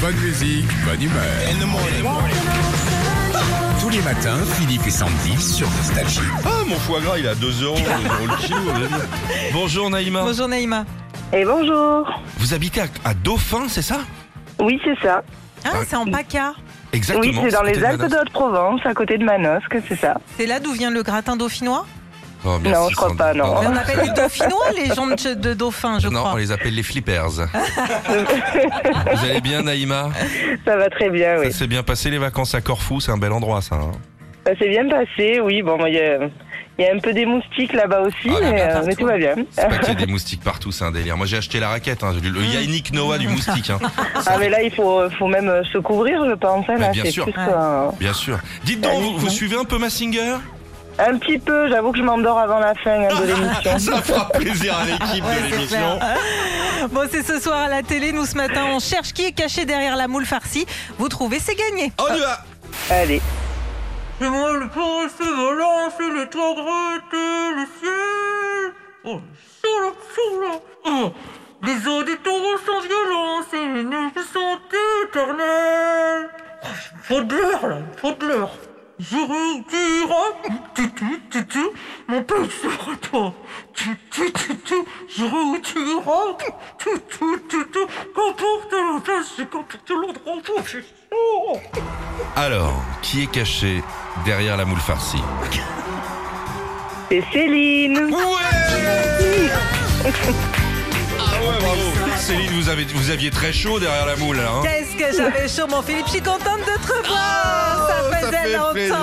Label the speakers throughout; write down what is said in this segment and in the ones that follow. Speaker 1: Bonne musique, bonne humeur. Tous les matins, Philippe et Sandy sur Nostalgie.
Speaker 2: Ah, mon foie gras, il a 2 euros dans le kilo. on va dire. Bonjour Naïma.
Speaker 3: Bonjour Naïma.
Speaker 4: Et bonjour.
Speaker 2: Vous habitez à, à Dauphin, c'est ça
Speaker 4: Oui, c'est ça.
Speaker 3: Ah, c'est en PACA.
Speaker 2: Exactement.
Speaker 4: oui, c'est dans les
Speaker 2: côté
Speaker 4: Alpes de
Speaker 2: Manosque.
Speaker 4: Haute-Provence, à côté de Manosque, c'est ça.
Speaker 3: C'est là d'où vient le gratin dauphinois
Speaker 2: Oh, merci,
Speaker 4: Non, je crois
Speaker 2: Sandy.
Speaker 4: pas, non.
Speaker 2: Pardon.
Speaker 3: Mais on appelle les dauphinois les gens de, de dauphin, je
Speaker 2: Non, on
Speaker 3: crois.
Speaker 2: les appelle les flippers. Vous allez bien Naïma
Speaker 4: ça va très bien, oui.
Speaker 2: Ça s'est bien passé les vacances à Corfou, c'est un bel endroit ça. hein.
Speaker 4: Ça s'est Bah, bien passé, oui. Bon, il y, a- il y a un peu des moustiques là-bas aussi,
Speaker 2: Ah, là,
Speaker 4: mais,
Speaker 2: là,
Speaker 4: euh,
Speaker 2: partout.
Speaker 4: mais tout va bien.
Speaker 2: C'est pas qu'il y a des moustiques partout, c'est un délire. Moi j'ai acheté la raquette, hein, le Yannick Noah du moustique. hein.
Speaker 4: Ah, mais là, il faut, faut même euh, se couvrir, je pense. hein,
Speaker 2: Mais
Speaker 4: Là,
Speaker 2: bien
Speaker 4: c'est
Speaker 2: sûr.
Speaker 4: plus euh,
Speaker 3: Ouais.
Speaker 4: qu'un-
Speaker 2: Bien sûr. Dites donc, vous, vous suivez un peu Massinger
Speaker 4: un petit peu. J'avoue que je m'endors avant la fin hein, de l'émission.
Speaker 2: Ça fera plaisir à l'équipe
Speaker 3: Ah Ouais,
Speaker 2: de
Speaker 3: c'est
Speaker 2: l'émission.
Speaker 3: Bon, c'est ce soir à la télé. Nous, ce matin, on cherche qui est caché derrière la moule farcie. Vous trouvez, c'est gagné.
Speaker 2: On y va
Speaker 4: Allez.
Speaker 5: C'est moi le port, c'est volant, c'est le regretter, le ciel. Oh, sourd, sourd. Oh, les eaux des taureaux sont violentes et les neiges sont éternelles. Oh, faut de l'heure, là, faut de l'heure. J'irai, tu iras, tu, tu, tu, tu, mon pays sur toi. Tu, tu, tu, tu, j'irai où tu iras, tu, tu, tu, tu, qu'importe l'endroit, c'est qu'importe l'endroit, c'est sourd.
Speaker 2: Alors, qui est caché derrière la moule farcie
Speaker 4: C'est Céline.
Speaker 2: Ouais Ah ouais, bravo Céline, vous, avez, vous aviez très chaud derrière la moule, là. hein
Speaker 3: Qu'est-ce que j'avais chaud, mon Philippe. Je suis contente de te revoir.
Speaker 2: Oh,
Speaker 3: ça faisait
Speaker 2: fait
Speaker 3: longtemps.
Speaker 2: plaisir.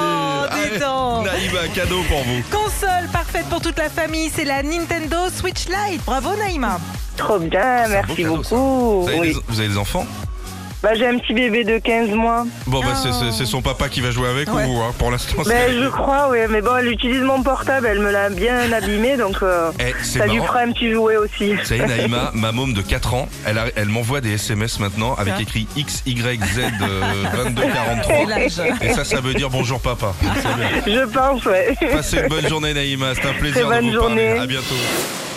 Speaker 3: Dis
Speaker 2: Allez,
Speaker 3: donc.
Speaker 2: Naïma, cadeau pour vous.
Speaker 3: Console parfaite pour toute la famille, c'est la Nintendo Switch Lite. Bravo Naïma.
Speaker 4: Trop bien,
Speaker 2: C'est un beau
Speaker 4: merci
Speaker 2: cadeau, ça.
Speaker 4: beaucoup.
Speaker 2: Vous avez,
Speaker 4: Oui.
Speaker 2: des, vous avez des enfants
Speaker 4: Bah, J'ai un petit bébé de 15 mois.
Speaker 2: Bon, bah,
Speaker 3: Oh.
Speaker 2: c'est- c'est- c'est son papa qui va jouer avec
Speaker 3: Ouais.
Speaker 2: ou vous, hein, pour l'instant
Speaker 4: Ben,
Speaker 2: c'est-
Speaker 4: je crois, oui, mais bon, elle utilise mon portable, elle me l'a bien abîmé, donc euh,
Speaker 2: Eh, c'est
Speaker 4: ça lui
Speaker 2: marrant.
Speaker 4: fera un petit jouet aussi.
Speaker 2: Ça y est, Naïma, ma môme de 4 ans, elle, a- elle m'envoie des SMS maintenant avec
Speaker 3: Ça.
Speaker 2: écrit X, Y, Z, euh, 22, 43.
Speaker 3: C'est l'âge.
Speaker 2: Et ça, ça veut dire bonjour papa. C'est bien.
Speaker 4: Je pense, ouais.
Speaker 2: Passez une bonne journée, Naïma. C'est un plaisir
Speaker 4: bonne
Speaker 2: de vous
Speaker 4: journée.
Speaker 2: parler. À bientôt.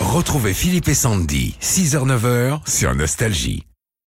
Speaker 1: Retrouvez Philippe et Sandy, 6h-9h sur Nostalgie.